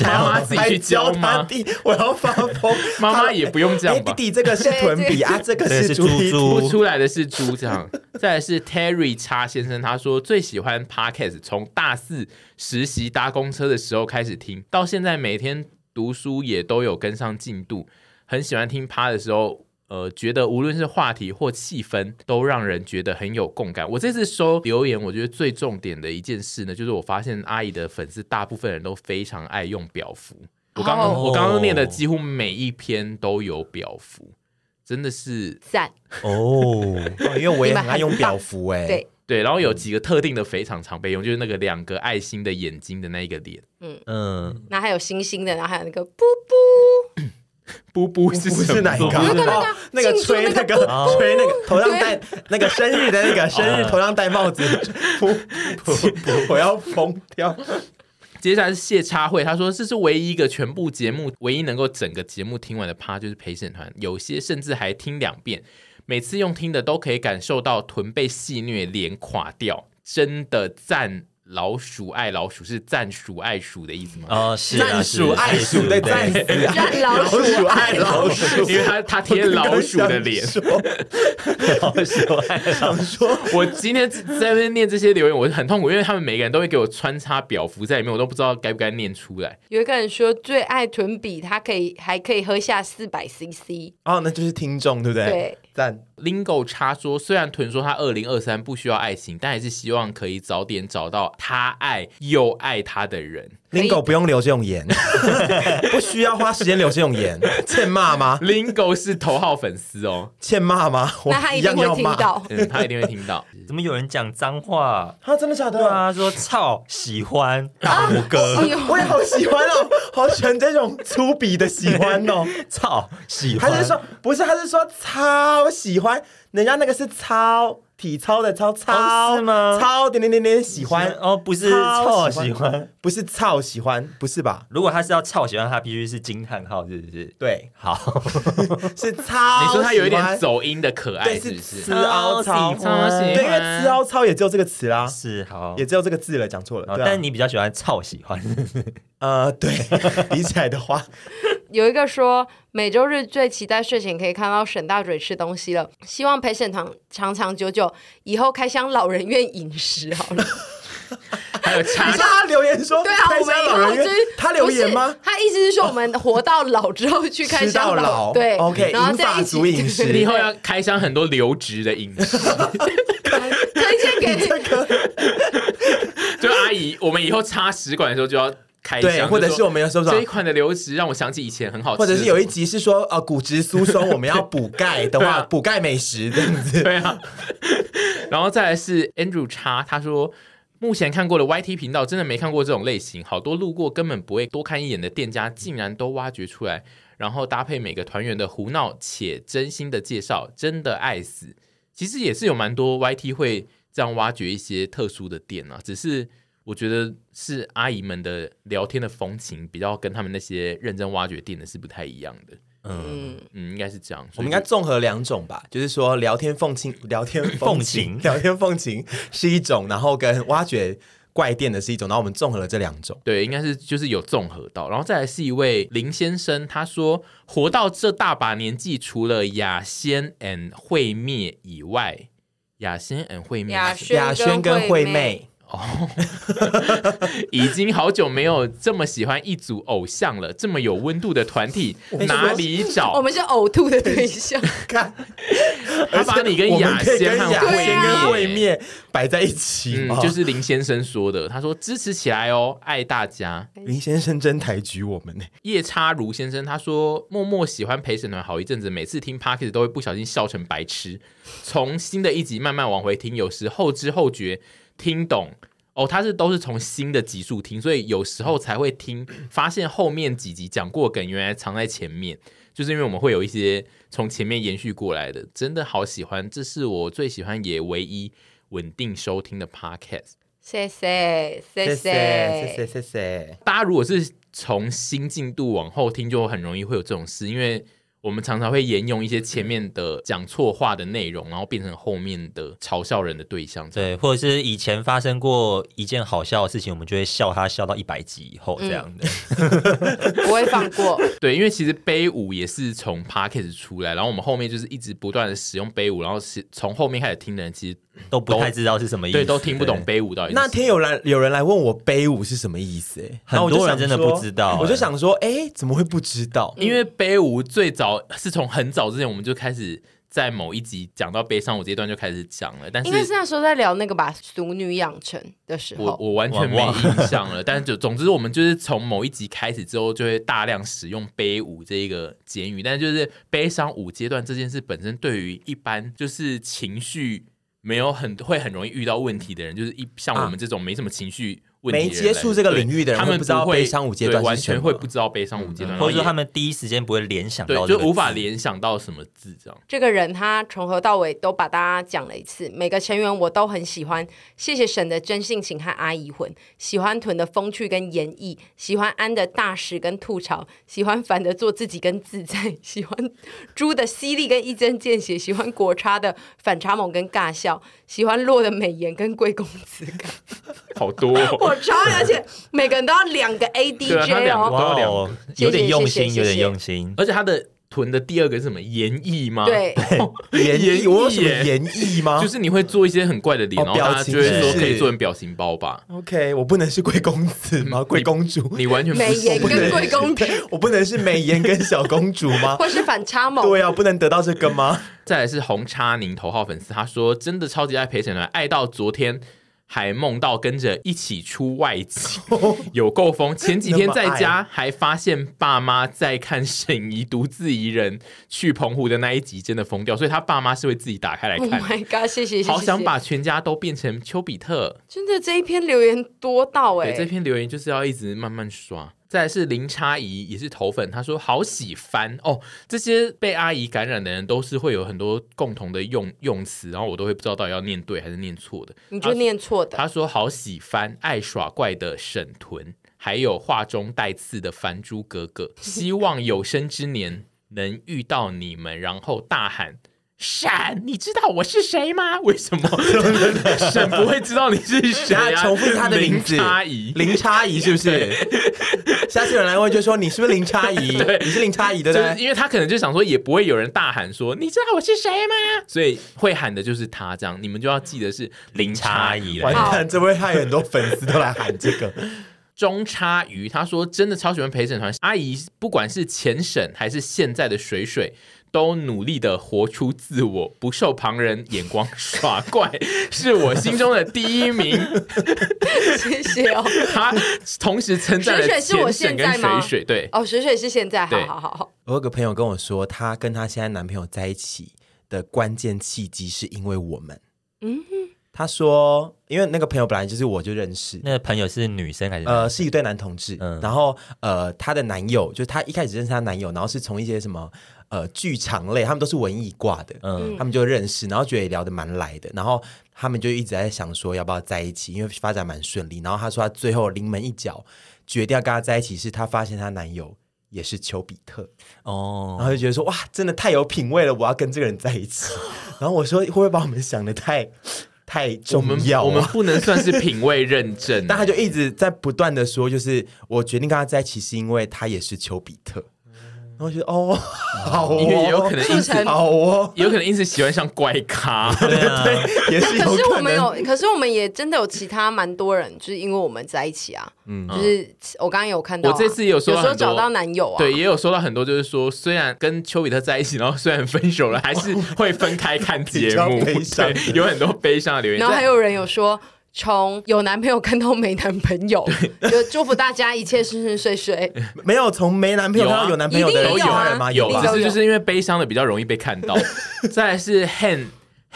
[SPEAKER 2] 妈妈自己去教
[SPEAKER 3] 他
[SPEAKER 2] 吗？
[SPEAKER 3] 弟，我要发疯。
[SPEAKER 2] 妈妈也不用这
[SPEAKER 3] 哎，
[SPEAKER 2] 样
[SPEAKER 3] 弟
[SPEAKER 2] 吧？
[SPEAKER 3] 弟，这个是臀比啊，这个
[SPEAKER 4] 对
[SPEAKER 3] 是
[SPEAKER 4] 是
[SPEAKER 3] 猪
[SPEAKER 4] 猪
[SPEAKER 3] 屁
[SPEAKER 4] 猪
[SPEAKER 2] 不出来的是猪这样， 再来是 Terry 叉先生，他说最喜欢 Podcast，从大四实习搭公车的时候开始听，到现在每天读书也都有跟上进度，很喜欢听趴的时候。呃，觉得无论是话题或气氛，都让人觉得很有共感。我这次收留言，我觉得最重点的一件事呢，就是我发现阿姨的粉丝大部分人都非常爱用表符。我刚、
[SPEAKER 1] 哦
[SPEAKER 2] 我刚刚念的几乎每一篇都有表符，真的是
[SPEAKER 1] 赞，
[SPEAKER 4] 哦，
[SPEAKER 3] 哦因为我也很爱用表符哎。
[SPEAKER 1] 对，
[SPEAKER 2] 对，然后有几个特定的肥肠常备用，就是那个两个爱心的眼睛的那一个脸。
[SPEAKER 4] 嗯，
[SPEAKER 1] 然后还有星星的，然后还有那个布布，
[SPEAKER 2] 布布
[SPEAKER 3] 不
[SPEAKER 2] 是
[SPEAKER 3] 是
[SPEAKER 2] 什么
[SPEAKER 3] 哪一个啊？
[SPEAKER 4] 不是那个
[SPEAKER 3] 哦那个
[SPEAKER 1] 庆祝
[SPEAKER 3] 吹
[SPEAKER 1] 那
[SPEAKER 3] 那
[SPEAKER 1] 个
[SPEAKER 3] 个吹那个头上戴那个生日的那个生日头上戴帽子，噗噗噗我要疯掉！
[SPEAKER 2] 接下来是谢插会，他说这是唯一一个全部节目唯一能够整个节目听完的趴，就是陪审团，有些甚至还听两遍，每次用听的都可以感受到臀被戏虐，脸垮掉，真的赞老鼠爱老鼠是赞鼠爱鼠的意思吗？
[SPEAKER 4] 哦，是啊
[SPEAKER 3] 战鼠爱鼠的战，
[SPEAKER 4] 是
[SPEAKER 3] 死啊，
[SPEAKER 1] 战老 鼠
[SPEAKER 3] 鼠爱老鼠，
[SPEAKER 2] 因为他他贴老鼠的脸，
[SPEAKER 3] 我
[SPEAKER 4] 对老鼠爱老鼠，
[SPEAKER 2] 我今天在那边念这些留言，我很痛苦，因为他们每个人都会给我穿插表符在里面，我都不知道该不该念出来。
[SPEAKER 1] 有一个人说最爱臀比，他可以还可以喝下四百 CC，
[SPEAKER 3] 哦，那就是听众对不对？
[SPEAKER 1] 对，
[SPEAKER 3] 赞
[SPEAKER 2] Lingo 插说，虽然屯说他二零二三不需要爱情，但还是希望可以早点找到他爱又爱他的人。
[SPEAKER 1] 可以
[SPEAKER 3] Lingo 不用留这种言，不需要花时间留这种言，欠骂吗？
[SPEAKER 2] Lingo 是头号粉丝哦，
[SPEAKER 3] 欠骂吗？我
[SPEAKER 1] 那他一定
[SPEAKER 3] 样
[SPEAKER 1] 会
[SPEAKER 3] 要
[SPEAKER 1] 听
[SPEAKER 3] 骂。
[SPEAKER 1] 到。
[SPEAKER 2] 嗯，他一定会听 到。
[SPEAKER 4] 怎么有人讲脏话？
[SPEAKER 3] 啊，真的假的？
[SPEAKER 4] 对啊，说操，喜欢大拇
[SPEAKER 3] 呃
[SPEAKER 4] 哥，
[SPEAKER 1] 哎呦
[SPEAKER 3] 我也好喜欢哦，好喜欢这种粗鄙的喜欢哦。
[SPEAKER 4] 操，喜欢。
[SPEAKER 3] 他是说不是，他是说超喜欢，人家那个是超体操的超超、
[SPEAKER 4] 哦是吗
[SPEAKER 3] 超点点点点喜
[SPEAKER 4] 喜
[SPEAKER 3] 欢，
[SPEAKER 4] 哦，不是
[SPEAKER 3] 超
[SPEAKER 4] 操
[SPEAKER 3] 喜欢
[SPEAKER 4] 喜欢。
[SPEAKER 3] 不是超喜欢，不是吧？
[SPEAKER 4] 如果他是要操喜欢，他必须是惊叹号，是不是？
[SPEAKER 3] 对，
[SPEAKER 4] 好，
[SPEAKER 3] 是超。
[SPEAKER 2] 你说他有一点，走音的可爱，
[SPEAKER 3] 对，
[SPEAKER 2] 是
[SPEAKER 3] 是
[SPEAKER 2] 不
[SPEAKER 3] 吃
[SPEAKER 2] 是？
[SPEAKER 3] 凹哎超
[SPEAKER 4] 超。喜欢
[SPEAKER 3] 对，因为哦吃凹超也只有这个词啦，
[SPEAKER 4] 是好
[SPEAKER 3] 也。只有这个字了，讲错了。
[SPEAKER 4] 哦
[SPEAKER 3] 对啊、
[SPEAKER 4] 但你比较喜欢操喜欢，
[SPEAKER 3] 呃， 对，比起来的话，
[SPEAKER 1] 有一个说，每周日最期待睡前可以看到沈大嘴吃东西了，希望陪审团长长久久，以后开箱老人院饮食好 了。
[SPEAKER 2] 还有
[SPEAKER 3] 你
[SPEAKER 2] 插
[SPEAKER 3] 知道他留言说，
[SPEAKER 1] 对啊，
[SPEAKER 3] 开
[SPEAKER 1] 我们
[SPEAKER 3] 箱
[SPEAKER 1] 以
[SPEAKER 3] 老
[SPEAKER 1] 后
[SPEAKER 3] 人
[SPEAKER 1] 就
[SPEAKER 3] 院
[SPEAKER 1] 是
[SPEAKER 3] 他留言吗
[SPEAKER 1] 不是？他意思是说，我们活到老之后去开
[SPEAKER 3] 吃到
[SPEAKER 1] 箱
[SPEAKER 3] 老
[SPEAKER 1] 对
[SPEAKER 3] ，OK，
[SPEAKER 1] 然后
[SPEAKER 3] 银
[SPEAKER 1] 再
[SPEAKER 3] 发
[SPEAKER 1] 一起
[SPEAKER 3] 族饮食
[SPEAKER 2] 你以后要开箱很多留职的饮 食，
[SPEAKER 1] 推荐 给
[SPEAKER 3] 这个
[SPEAKER 2] 就阿姨，我们以后插食管的时候就要开箱，
[SPEAKER 3] 对，或者
[SPEAKER 2] 就说
[SPEAKER 3] 是我们哎有时候说
[SPEAKER 2] 这一款的流质让我想起以前很好吃
[SPEAKER 3] 或
[SPEAKER 2] 的什么，
[SPEAKER 3] 者是有一集是说呃骨质疏松，我们要补钙的
[SPEAKER 2] 对
[SPEAKER 3] 话，
[SPEAKER 2] 啊
[SPEAKER 3] 补钙美食这样子。
[SPEAKER 2] 对啊， 然后再来是 Andrew 叉，他说目前看过的 YT 频道真的没看过这种类型，好多路过根本不会多看一眼的店家，竟然都挖掘出来，然后搭配每个团员的胡闹且真心的介绍，真的爱死。其实也是有蛮多 YT 会这样挖掘一些特殊的店啊，只是。我觉得是阿姨们的聊天的风情比较跟他们那些认真挖掘店的是不太一样的，
[SPEAKER 1] 嗯，
[SPEAKER 2] 嗯，应该是这样。
[SPEAKER 3] 我
[SPEAKER 2] 所以
[SPEAKER 3] 们应该综合两种吧，就是说聊天 凤情，聊天
[SPEAKER 4] 凤
[SPEAKER 3] 情，
[SPEAKER 4] 情
[SPEAKER 3] 聊天凤情是一种，然后跟挖掘怪店的是一种，然后我们综合了这两种。
[SPEAKER 2] 对，应该是就是有综合到，然后再来是一位林先生，他说活到这大把年纪，除了雅仙 and 会灭以外，雅仙 and 会灭
[SPEAKER 1] 雅
[SPEAKER 2] 是
[SPEAKER 1] 轩
[SPEAKER 3] 雅轩跟
[SPEAKER 1] 跟
[SPEAKER 3] 惠
[SPEAKER 1] 惠
[SPEAKER 3] 妹
[SPEAKER 1] 妹，
[SPEAKER 2] 已经好久没有这么喜欢一组偶像了，这么有温度的团体哪里
[SPEAKER 1] 我
[SPEAKER 2] 找？
[SPEAKER 1] 们是呕吐的对 象，
[SPEAKER 3] 看，
[SPEAKER 2] 他把你跟
[SPEAKER 3] 我们
[SPEAKER 2] 雅
[SPEAKER 3] 可以
[SPEAKER 2] 仙
[SPEAKER 3] 跟
[SPEAKER 2] 和
[SPEAKER 3] 雅
[SPEAKER 2] 会
[SPEAKER 3] 轩跟惠啊
[SPEAKER 2] 灭。
[SPEAKER 3] 妹摆在一起哦
[SPEAKER 2] 嗯
[SPEAKER 3] 吗，
[SPEAKER 2] 就是林先生说的，他说支持起来哦，爱大家。
[SPEAKER 3] 林先生真抬举我们呢。欸
[SPEAKER 2] 夜叉如先生他说，默默喜欢陪审团好一阵子，每次听 p o d c a s t 都会不小心笑成白痴。从新的一集慢慢往回听，有时后知后觉听懂。哦，他是都是从新的集数听，所以有时候才会听，发现后面几集讲过的梗原来藏在前面，就是因为我们会有一些从前面延续过来的，真的好喜欢，这是我最喜欢也唯一稳定收听的 podcast。
[SPEAKER 1] 谢谢谢
[SPEAKER 3] 谢谢谢谢
[SPEAKER 1] 谢。
[SPEAKER 3] 谢谢，
[SPEAKER 2] 大家如果是从新进度往后听，就很容易会有这种事，因为我们常常会沿用一些前面的讲错话的内容，然后变成后面的嘲笑人的对象。这样
[SPEAKER 4] 对，或者是以前发生过一件好笑的事情，我们就会笑他笑到一百集以后这样的。
[SPEAKER 1] 不会放 过。
[SPEAKER 2] 对，因为其实杯舞也是从 p a c k e t 出来，然后我们后面就是一直不断的使用杯舞，然后是从后面开始听的人，其实
[SPEAKER 4] 都不太知道是什么意思，
[SPEAKER 2] 对都听不懂。杯舞到底是
[SPEAKER 3] 那天有人有人来问我杯舞是什么意思、欸，
[SPEAKER 4] 很多
[SPEAKER 3] 然后我就
[SPEAKER 4] 人
[SPEAKER 3] 想
[SPEAKER 4] 真的
[SPEAKER 3] 说
[SPEAKER 4] 不知道
[SPEAKER 3] 我
[SPEAKER 4] 欸
[SPEAKER 3] 就想说，哎、怎么会不知道？
[SPEAKER 2] 因为杯舞最早是从很早之前我们就开始在某一集讲到悲伤舞这一段就开始讲了，但
[SPEAKER 1] 应该是那时候在聊那个吧，俗女养成的时
[SPEAKER 2] 我
[SPEAKER 1] 候，
[SPEAKER 2] 我完全没
[SPEAKER 4] 忘
[SPEAKER 2] 印象了。但是就总之我们就是从某一集开始之后就会大量使用悲舞这一个简语，但就是悲伤舞阶段这件事本身对于一般就是情绪没有很会很容易遇到问题的人，就是一像我们这种没什么情绪。问题
[SPEAKER 3] 啊没接触这个领域的
[SPEAKER 2] 对
[SPEAKER 3] 人
[SPEAKER 2] 他
[SPEAKER 3] 会
[SPEAKER 2] 们
[SPEAKER 3] 不知道
[SPEAKER 2] 会
[SPEAKER 3] 悲伤舞阶段
[SPEAKER 2] 对
[SPEAKER 3] 是
[SPEAKER 2] 完
[SPEAKER 3] 什
[SPEAKER 2] 全
[SPEAKER 3] 么嗯
[SPEAKER 2] 会不知道悲伤舞阶段，
[SPEAKER 4] 或者
[SPEAKER 2] 然
[SPEAKER 4] 说
[SPEAKER 2] 后也
[SPEAKER 4] 他们第一时间不会联想到
[SPEAKER 2] 对，
[SPEAKER 4] 这
[SPEAKER 2] 就
[SPEAKER 4] 个
[SPEAKER 2] 无法
[SPEAKER 4] 字
[SPEAKER 2] 联想到什么字这样。
[SPEAKER 1] 这个人他从头到尾都把大家讲了一次，每个成员我都很喜欢。谢谢神的真性情和阿姨魂，喜欢屯的风趣跟演绎，喜欢安的大使跟吐槽，喜欢凡的做自己跟自在，喜欢猪的犀利跟一针见血，喜欢国差的反差萌跟尬笑，喜欢洛的美颜跟贵公 子感。
[SPEAKER 2] 好多、哦。
[SPEAKER 1] 我超爱，而且每个人都要两个
[SPEAKER 2] 对啊他两
[SPEAKER 1] ADJ
[SPEAKER 2] 个
[SPEAKER 1] 哦。
[SPEAKER 4] 哇哦，有点用
[SPEAKER 1] 谢
[SPEAKER 4] 心，
[SPEAKER 1] 谢
[SPEAKER 4] 有
[SPEAKER 1] 谢
[SPEAKER 4] 点
[SPEAKER 1] 谢
[SPEAKER 4] 用心。
[SPEAKER 2] 而且他的臀的第二个是什么？演绎吗？
[SPEAKER 1] 对，
[SPEAKER 3] 啊 演
[SPEAKER 2] 演
[SPEAKER 3] 绎，我有什么
[SPEAKER 2] 绎耶
[SPEAKER 3] 演绎吗？
[SPEAKER 2] 就是你会做一些很怪的脸，
[SPEAKER 3] 啊哦
[SPEAKER 2] 然后大家
[SPEAKER 3] 表情
[SPEAKER 2] 就会说
[SPEAKER 3] 是
[SPEAKER 2] 可以做成表情包吧。
[SPEAKER 3] OK，我不能是贵公子
[SPEAKER 2] 嗯
[SPEAKER 3] 吗？贵公主，
[SPEAKER 2] 你完全不
[SPEAKER 3] 啊
[SPEAKER 1] 美颜
[SPEAKER 2] 是
[SPEAKER 1] 跟贵公 子，
[SPEAKER 3] 我不能是美颜跟小公主 吗？
[SPEAKER 1] 或是反差萌。
[SPEAKER 3] 对呀、啊，不能得到这个吗？
[SPEAKER 2] 再来是红叉宁头号粉丝，他说真的超级爱陪审团，爱到昨天还梦到跟着一起出外景， 有够疯。前几天在家还发现爸妈在看沈怡独自一人去澎湖的那一集，真的疯掉。所以他爸妈是会自己打开来
[SPEAKER 1] Oh
[SPEAKER 2] 看。
[SPEAKER 1] my god！谢谢，谢谢
[SPEAKER 2] 好想把全家都变成丘比特。
[SPEAKER 1] 真的这一篇留言多到哎、
[SPEAKER 2] 对，这篇留言就是要一直慢慢刷。再来是林差怡，也是头粉，她说好喜翻哦。这些被阿姨感染的人都是会有很多共同的用用词，然后我都会不知道到底要念对还是念错的。
[SPEAKER 1] 你就念错的。
[SPEAKER 2] 她说好喜翻，爱耍怪的沈屯，还有画中带刺的凡珠格格，希望有生之年能遇到你们，然后大喊。闪！你知道我是谁吗？为什么 沈不会知道你是 谁、
[SPEAKER 3] 等
[SPEAKER 2] 啊？
[SPEAKER 3] 下重复他的名字
[SPEAKER 2] 林差怡，
[SPEAKER 3] 林差怡是不是？下次有人来问就说你是不是林 差怡？你是林差怡对不
[SPEAKER 2] 就是
[SPEAKER 3] 对？
[SPEAKER 2] 因为他可能就想说，也不会有人大喊说你知道我是谁吗？所以会喊的就是他，这样你们就要记得是零
[SPEAKER 4] 差
[SPEAKER 2] 差
[SPEAKER 4] 异
[SPEAKER 2] 异
[SPEAKER 4] 了
[SPEAKER 3] 完
[SPEAKER 2] 了。
[SPEAKER 3] 蛋，这会害很多粉丝都来喊这个。
[SPEAKER 2] 中差鱼他说真的超喜欢陪审团阿姨，不管是前审还是现在的水水。都努力的活出自我，不受旁人眼光耍怪，是我心中的第一名。
[SPEAKER 1] 谢谢哦。
[SPEAKER 2] 他同时称赞了
[SPEAKER 1] 水水是我
[SPEAKER 2] 前审跟
[SPEAKER 1] 现在吗
[SPEAKER 2] 水水，对，
[SPEAKER 1] 哦，水水是现在，好
[SPEAKER 2] 对
[SPEAKER 1] 好好好。
[SPEAKER 3] 我有个朋友跟我说，她跟她现在男朋友在一起的关键契机是因为我们。
[SPEAKER 1] 嗯
[SPEAKER 3] 嗯，她说，因为那个朋友本来就是我就认识，
[SPEAKER 4] 那个朋友是女生还是？
[SPEAKER 3] 呃，是一对男同志，
[SPEAKER 4] 嗯
[SPEAKER 3] 然后呃，她的男友就是她一开始认识她男友，然后是从一些什么呃剧场类，他们都是文艺挂的，
[SPEAKER 4] 嗯
[SPEAKER 3] 嗯，他们就认识，然后觉得也聊得蛮来的，然后他们就一直在想说要不要在一起，因为发展蛮顺利。然后她说她最后临门一脚决定要跟他在一起，是她发现她男友也是丘比特，然
[SPEAKER 4] 哦，
[SPEAKER 3] 后就觉得说哇，真的太有品味了，我要跟这个人在一起。 然后我说会不会把我们想的太太
[SPEAKER 2] 我
[SPEAKER 3] 重
[SPEAKER 2] 们
[SPEAKER 3] 要、啊
[SPEAKER 2] 我们不能算是品味认 证，
[SPEAKER 3] 但他就一直在不断的说，就是我决定跟他在一起是因为他也是丘比特。然后我觉得哦，好哦，
[SPEAKER 2] 因为也有可能
[SPEAKER 1] 因此
[SPEAKER 3] 好哦，
[SPEAKER 2] 有可能因此喜欢上怪咖。
[SPEAKER 4] 对啊，
[SPEAKER 3] 也是有
[SPEAKER 1] 可是我
[SPEAKER 3] 可
[SPEAKER 1] 们有
[SPEAKER 3] 能。，
[SPEAKER 1] 可是我们也真的有其他蛮多人，就是因为我们在一起啊。嗯，就是我刚刚有看到啊、
[SPEAKER 2] 我这次也有收
[SPEAKER 1] 有
[SPEAKER 2] 到
[SPEAKER 1] 时候
[SPEAKER 2] 很多
[SPEAKER 1] 找到男友啊。
[SPEAKER 2] 对，也有收到很多，就是说虽然跟丘比特在一起，然后虽然分手了，还是会分开看节目，
[SPEAKER 3] 比较悲伤
[SPEAKER 2] 对，有很多悲伤的留言。
[SPEAKER 1] 然后还有人有说。从有男朋友看到没男朋友， 就祝福大家一切顺顺遂遂。
[SPEAKER 3] 没有从没男朋友
[SPEAKER 2] 有啊
[SPEAKER 3] 到有男朋友的人
[SPEAKER 1] 一定有啊
[SPEAKER 3] 人吗？
[SPEAKER 2] 但有，
[SPEAKER 1] 一定
[SPEAKER 3] 吧
[SPEAKER 1] 都
[SPEAKER 2] 只是
[SPEAKER 1] 有
[SPEAKER 2] 就是因为悲伤的比较容易被看 到。再来是 Han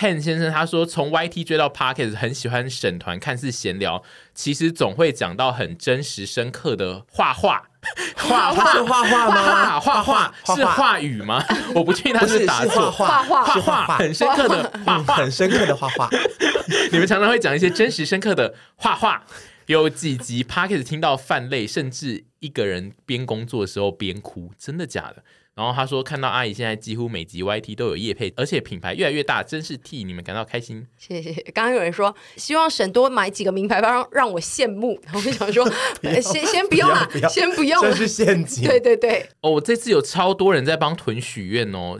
[SPEAKER 2] Han 先生，他说从 YT 追到 Pocket，很喜欢沈团，看似闲聊，其实总会讲到很真实深刻的画画。画
[SPEAKER 3] 他是
[SPEAKER 2] 画
[SPEAKER 3] 画画
[SPEAKER 2] 画
[SPEAKER 3] 吗？
[SPEAKER 2] 画画
[SPEAKER 3] 画
[SPEAKER 2] 是话语吗？我不确定他
[SPEAKER 3] 不是
[SPEAKER 2] 打
[SPEAKER 3] 是画
[SPEAKER 2] 错。
[SPEAKER 1] 画
[SPEAKER 3] 画
[SPEAKER 1] 画
[SPEAKER 2] 画
[SPEAKER 3] 是画
[SPEAKER 2] 画很深刻的画画，
[SPEAKER 3] 很深刻的画画。
[SPEAKER 2] 你们常常会讲一些真实深刻的画画，有几集 p a c k e t 听到泛泪，甚至一个人边工作的时候边哭，真的假的？然后他说看到阿姨现在几乎每集 YT 都有夜配，而且品牌越来越大，真是替你们感到开心。
[SPEAKER 1] 谢谢。刚刚有人说希望沈多买几个名牌包让让我羡慕，然后我就 想说，呃先先不用啦
[SPEAKER 3] 不要不要，
[SPEAKER 1] 先不用
[SPEAKER 3] 这
[SPEAKER 1] 啦。
[SPEAKER 3] 是陷阱。
[SPEAKER 1] 对对对，
[SPEAKER 2] 哦，我这次有超多人在帮臀许愿哦。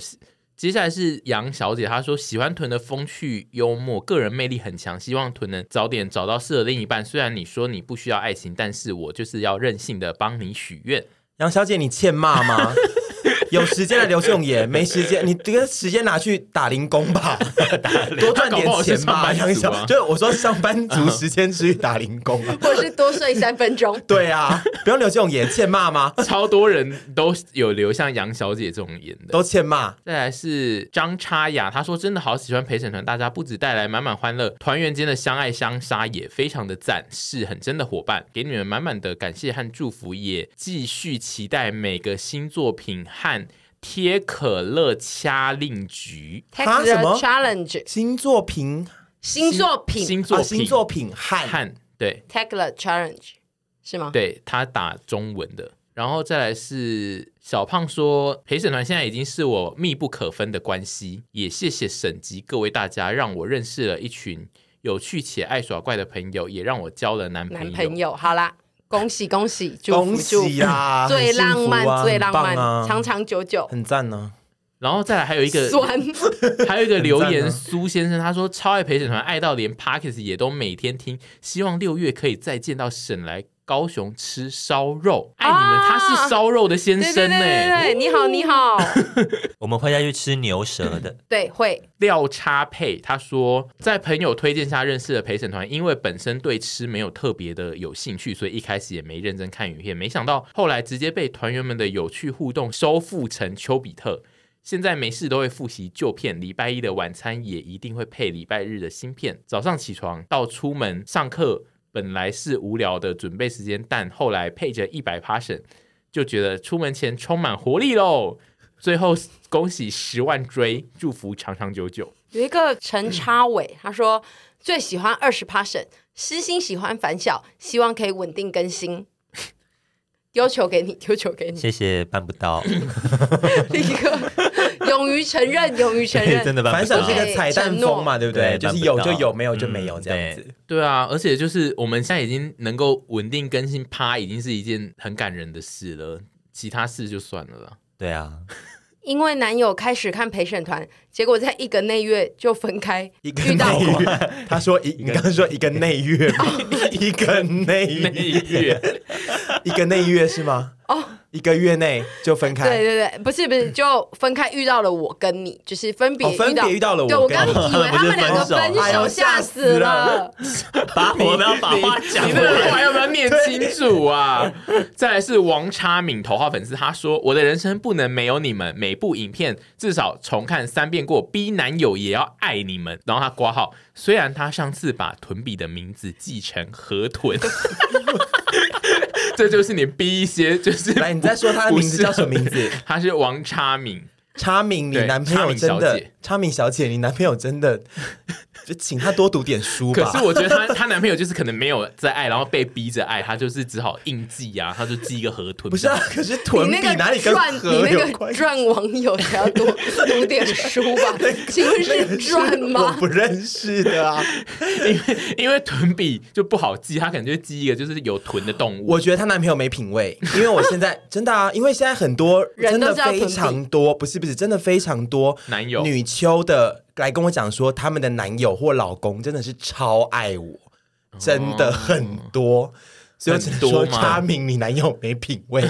[SPEAKER 2] 接下来是杨小姐，她说喜欢臀的风趣幽默，个人魅力很强，希望臀能早点找到适合另一半。虽然你说你不需要爱情，但是我就是要任性的帮你许愿。
[SPEAKER 3] 杨小姐，你欠骂吗？有时间的留这种言，没时间，你这个时间拿去打零工吧，多
[SPEAKER 2] 他
[SPEAKER 3] 赚点钱吧。
[SPEAKER 2] 搞不好是上班族啊
[SPEAKER 3] 杨小，就是我说上班族时间去打零工啊。
[SPEAKER 1] 或者是多睡三分 钟。
[SPEAKER 3] 对啊，不用留这种言，欠骂吗？
[SPEAKER 2] 超多人都有留像杨小姐这种言的。
[SPEAKER 3] 都欠骂。
[SPEAKER 2] 再来是张叉雅，她说真的好喜欢陪审团，大家不止带来满满欢乐，团员间的相爱相杀也非常的赞，是很真的伙伴，给你们满满的感谢和祝福，也继续期待每个新作品和贴可乐掐令局
[SPEAKER 3] 啊什么
[SPEAKER 1] Text challenge
[SPEAKER 3] 新作品
[SPEAKER 1] 新作品
[SPEAKER 2] 新作
[SPEAKER 3] 啊，
[SPEAKER 2] 品、
[SPEAKER 3] 新作品汉
[SPEAKER 2] 和对
[SPEAKER 1] Text challenge 是 吗？
[SPEAKER 2] 对他打中文的。然后再来是小胖说，陪审团现在已经是我密不可分的关系，也谢谢省级各位大家，让我认识了一群有趣且爱耍怪的朋友，也让我交了男朋友。
[SPEAKER 1] 男朋友，好啦，恭喜恭喜，祝
[SPEAKER 3] 恭
[SPEAKER 1] 福祝
[SPEAKER 3] 喜
[SPEAKER 1] 福，
[SPEAKER 3] 啦，
[SPEAKER 1] 最
[SPEAKER 3] 很幸
[SPEAKER 1] 浪
[SPEAKER 3] 福
[SPEAKER 1] 漫
[SPEAKER 3] 啊
[SPEAKER 1] 最浪漫
[SPEAKER 3] 很棒，啊，
[SPEAKER 1] 长长久久，
[SPEAKER 3] 很赞呢。
[SPEAKER 2] 然后再来还有 一个
[SPEAKER 1] 酸。
[SPEAKER 2] 还有一个留
[SPEAKER 3] 很赞
[SPEAKER 2] 言，
[SPEAKER 3] 啊
[SPEAKER 2] 苏先生他说超爱陪审团，爱到连 Parkes 也都每天听，希望六月可以再见到沈来高雄吃烧肉，哎爱你们，
[SPEAKER 1] 啊
[SPEAKER 2] 他是烧肉的 先
[SPEAKER 1] 对
[SPEAKER 3] 欸
[SPEAKER 1] 对对
[SPEAKER 2] 生呢、
[SPEAKER 1] 对对，你好你 好，
[SPEAKER 4] 我们会再去吃牛舌的。
[SPEAKER 1] 对会
[SPEAKER 2] 廖叉配他说，在朋友推荐下认识了陪审团，因为本身对吃没有特别的有兴趣，所以一开始也没认真看影片，没想到后来直接被团员们的有趣互动收复成丘比特。现在没事都会复习旧片，礼拜一的晚餐也一定会配礼拜日的新片。早上起床到出门上课，本来是无聊的准备时间，但后来配着一百 passion，就觉得出门前充满活力喽。最后恭喜十万追，祝福长长久久。
[SPEAKER 1] 有一个陈插伟，他说最喜欢二十 passion，私心喜欢反小，希望可以稳定更 新。丢球给你，丢球给你，
[SPEAKER 4] 谢谢，办不 到，
[SPEAKER 1] 立刻勇于承认，勇于承
[SPEAKER 4] 对
[SPEAKER 1] 认，
[SPEAKER 4] 真的办
[SPEAKER 3] 反
[SPEAKER 4] 不
[SPEAKER 3] 手
[SPEAKER 4] 到
[SPEAKER 3] 是。个彩蛋风嘛，对不
[SPEAKER 4] 对
[SPEAKER 3] 对？就是
[SPEAKER 4] 办不
[SPEAKER 3] 有就
[SPEAKER 4] 到
[SPEAKER 3] 有，没有就没有
[SPEAKER 4] 嗯
[SPEAKER 3] 这样子。
[SPEAKER 2] 对啊，而且就是我们现在已经能够稳定更新趴，已经是一件很感人的事了。其他事就算了啦。
[SPEAKER 4] 对 啊，
[SPEAKER 1] 因为男友开始看陪审团，结果在一个内月就分开，
[SPEAKER 3] 一个
[SPEAKER 1] 遇到
[SPEAKER 3] 内月，他说一，你刚刚说一个内月吗？一个内
[SPEAKER 2] 那
[SPEAKER 3] 月，
[SPEAKER 2] 一月
[SPEAKER 3] 一个内月是吗？
[SPEAKER 1] 哦，
[SPEAKER 3] 一个月内就分开。
[SPEAKER 1] 对对对，不是不是，就分开遇到了我跟你，就是分别
[SPEAKER 3] 哦分别遇到了我
[SPEAKER 1] 对我
[SPEAKER 3] 跟
[SPEAKER 1] 刚
[SPEAKER 3] 你
[SPEAKER 1] 以为他们两个
[SPEAKER 4] 不是分
[SPEAKER 1] 分
[SPEAKER 4] 手
[SPEAKER 3] 哎 呦
[SPEAKER 1] 手，吓
[SPEAKER 3] 吓
[SPEAKER 1] 死
[SPEAKER 3] 死
[SPEAKER 1] 了
[SPEAKER 3] 了。
[SPEAKER 4] 把我们要把话讲
[SPEAKER 2] 你
[SPEAKER 4] 过
[SPEAKER 2] 这个话
[SPEAKER 4] 来。
[SPEAKER 2] 要不要念清楚啊？再来是王叉敏头号粉丝，他说：“我的人生不能没有你们，每部影片至少重看三遍过，逼男友也要爱你们。”然后他挂号，虽然他上次把屯比的名字记成河豚。这就是你逼一些，就是
[SPEAKER 3] 来，你再说他的名字叫什么名字？
[SPEAKER 2] 他是王叉敏，
[SPEAKER 3] 叉敏，你
[SPEAKER 2] 对
[SPEAKER 3] 男朋友
[SPEAKER 2] 叉敏
[SPEAKER 3] 真
[SPEAKER 2] 小
[SPEAKER 3] 的
[SPEAKER 2] 姐，
[SPEAKER 3] 叉敏小姐，你男朋友真的，就请他多读点书
[SPEAKER 2] 可
[SPEAKER 3] 吧。
[SPEAKER 2] 是我觉得她她男朋友就是可能没有在爱，然后被逼着爱，她就是只好硬记啊，她就记一个河豚。
[SPEAKER 3] 不是啊，可是
[SPEAKER 1] 你
[SPEAKER 3] 臀
[SPEAKER 1] 那
[SPEAKER 3] 比哪
[SPEAKER 1] 个
[SPEAKER 3] 里跟
[SPEAKER 1] 赚，你
[SPEAKER 3] 河有
[SPEAKER 1] 那个
[SPEAKER 3] 关系？
[SPEAKER 1] 赚网友才要多读点书 吧？请问是赚
[SPEAKER 3] 我
[SPEAKER 1] 吗？
[SPEAKER 3] 不认识的啊。
[SPEAKER 2] 因为 臀比就不好记，她可能就记一个就是有臀的动物。
[SPEAKER 3] 我觉得她男朋友没品味，因为我现在真的啊，因为现在很多
[SPEAKER 1] 人
[SPEAKER 3] 真
[SPEAKER 1] 都
[SPEAKER 3] 的
[SPEAKER 1] 知道臀比
[SPEAKER 3] 非常多，不是不是，真的非常多
[SPEAKER 2] 男友
[SPEAKER 3] 女秋的来跟我讲说，他们的男友或老公真的是超爱我，真的很多。所以我只能
[SPEAKER 2] 哦很多
[SPEAKER 3] 说，
[SPEAKER 2] 吗
[SPEAKER 3] 查明你男友没品味，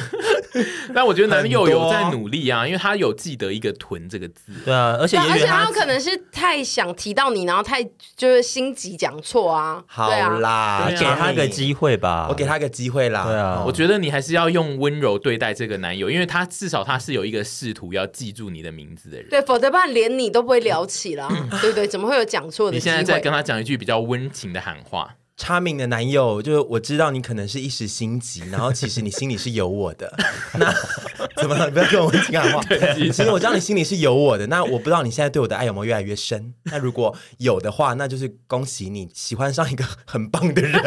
[SPEAKER 2] 但我觉得男友
[SPEAKER 3] 很多
[SPEAKER 2] 有在努力啊，因为他有记得一个臀这个字。
[SPEAKER 4] 对啊，而且
[SPEAKER 1] 对，而
[SPEAKER 4] 也
[SPEAKER 1] 且
[SPEAKER 4] 许
[SPEAKER 1] 他
[SPEAKER 4] 他
[SPEAKER 1] 有可能是太想提到你，然后太就是心急讲错啊。
[SPEAKER 3] 好
[SPEAKER 1] 对啊，
[SPEAKER 3] 啦，
[SPEAKER 2] 对啊
[SPEAKER 4] 你给他个机会吧。
[SPEAKER 3] 我给他个机会啦。
[SPEAKER 4] 对啊
[SPEAKER 2] 我
[SPEAKER 3] 哦
[SPEAKER 2] 觉得你还是要用温柔对待这个男友，因为他至少他是有一个试图要记住你的名字的人。
[SPEAKER 1] 对，否则不然连你都不会聊起啦，对不对？怎么会有讲错的
[SPEAKER 2] 你
[SPEAKER 1] 机
[SPEAKER 2] 现在再
[SPEAKER 1] 会
[SPEAKER 2] 跟？他讲一句比较温情的喊话，
[SPEAKER 3] 差敏的男友，就是我知道你可能是一时心急，然后其实你心里是有我 的。那怎么了？不要跟我讲感 话。其实我知道你心里是有我的。那我不知道你现在对我的爱有没有越来越深。那如果有的话，那就是恭喜你喜欢上一个很棒的 人。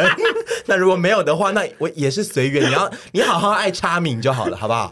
[SPEAKER 3] 那如果没有的话，那我也是随缘。你要你好好爱差敏就好了，好不好？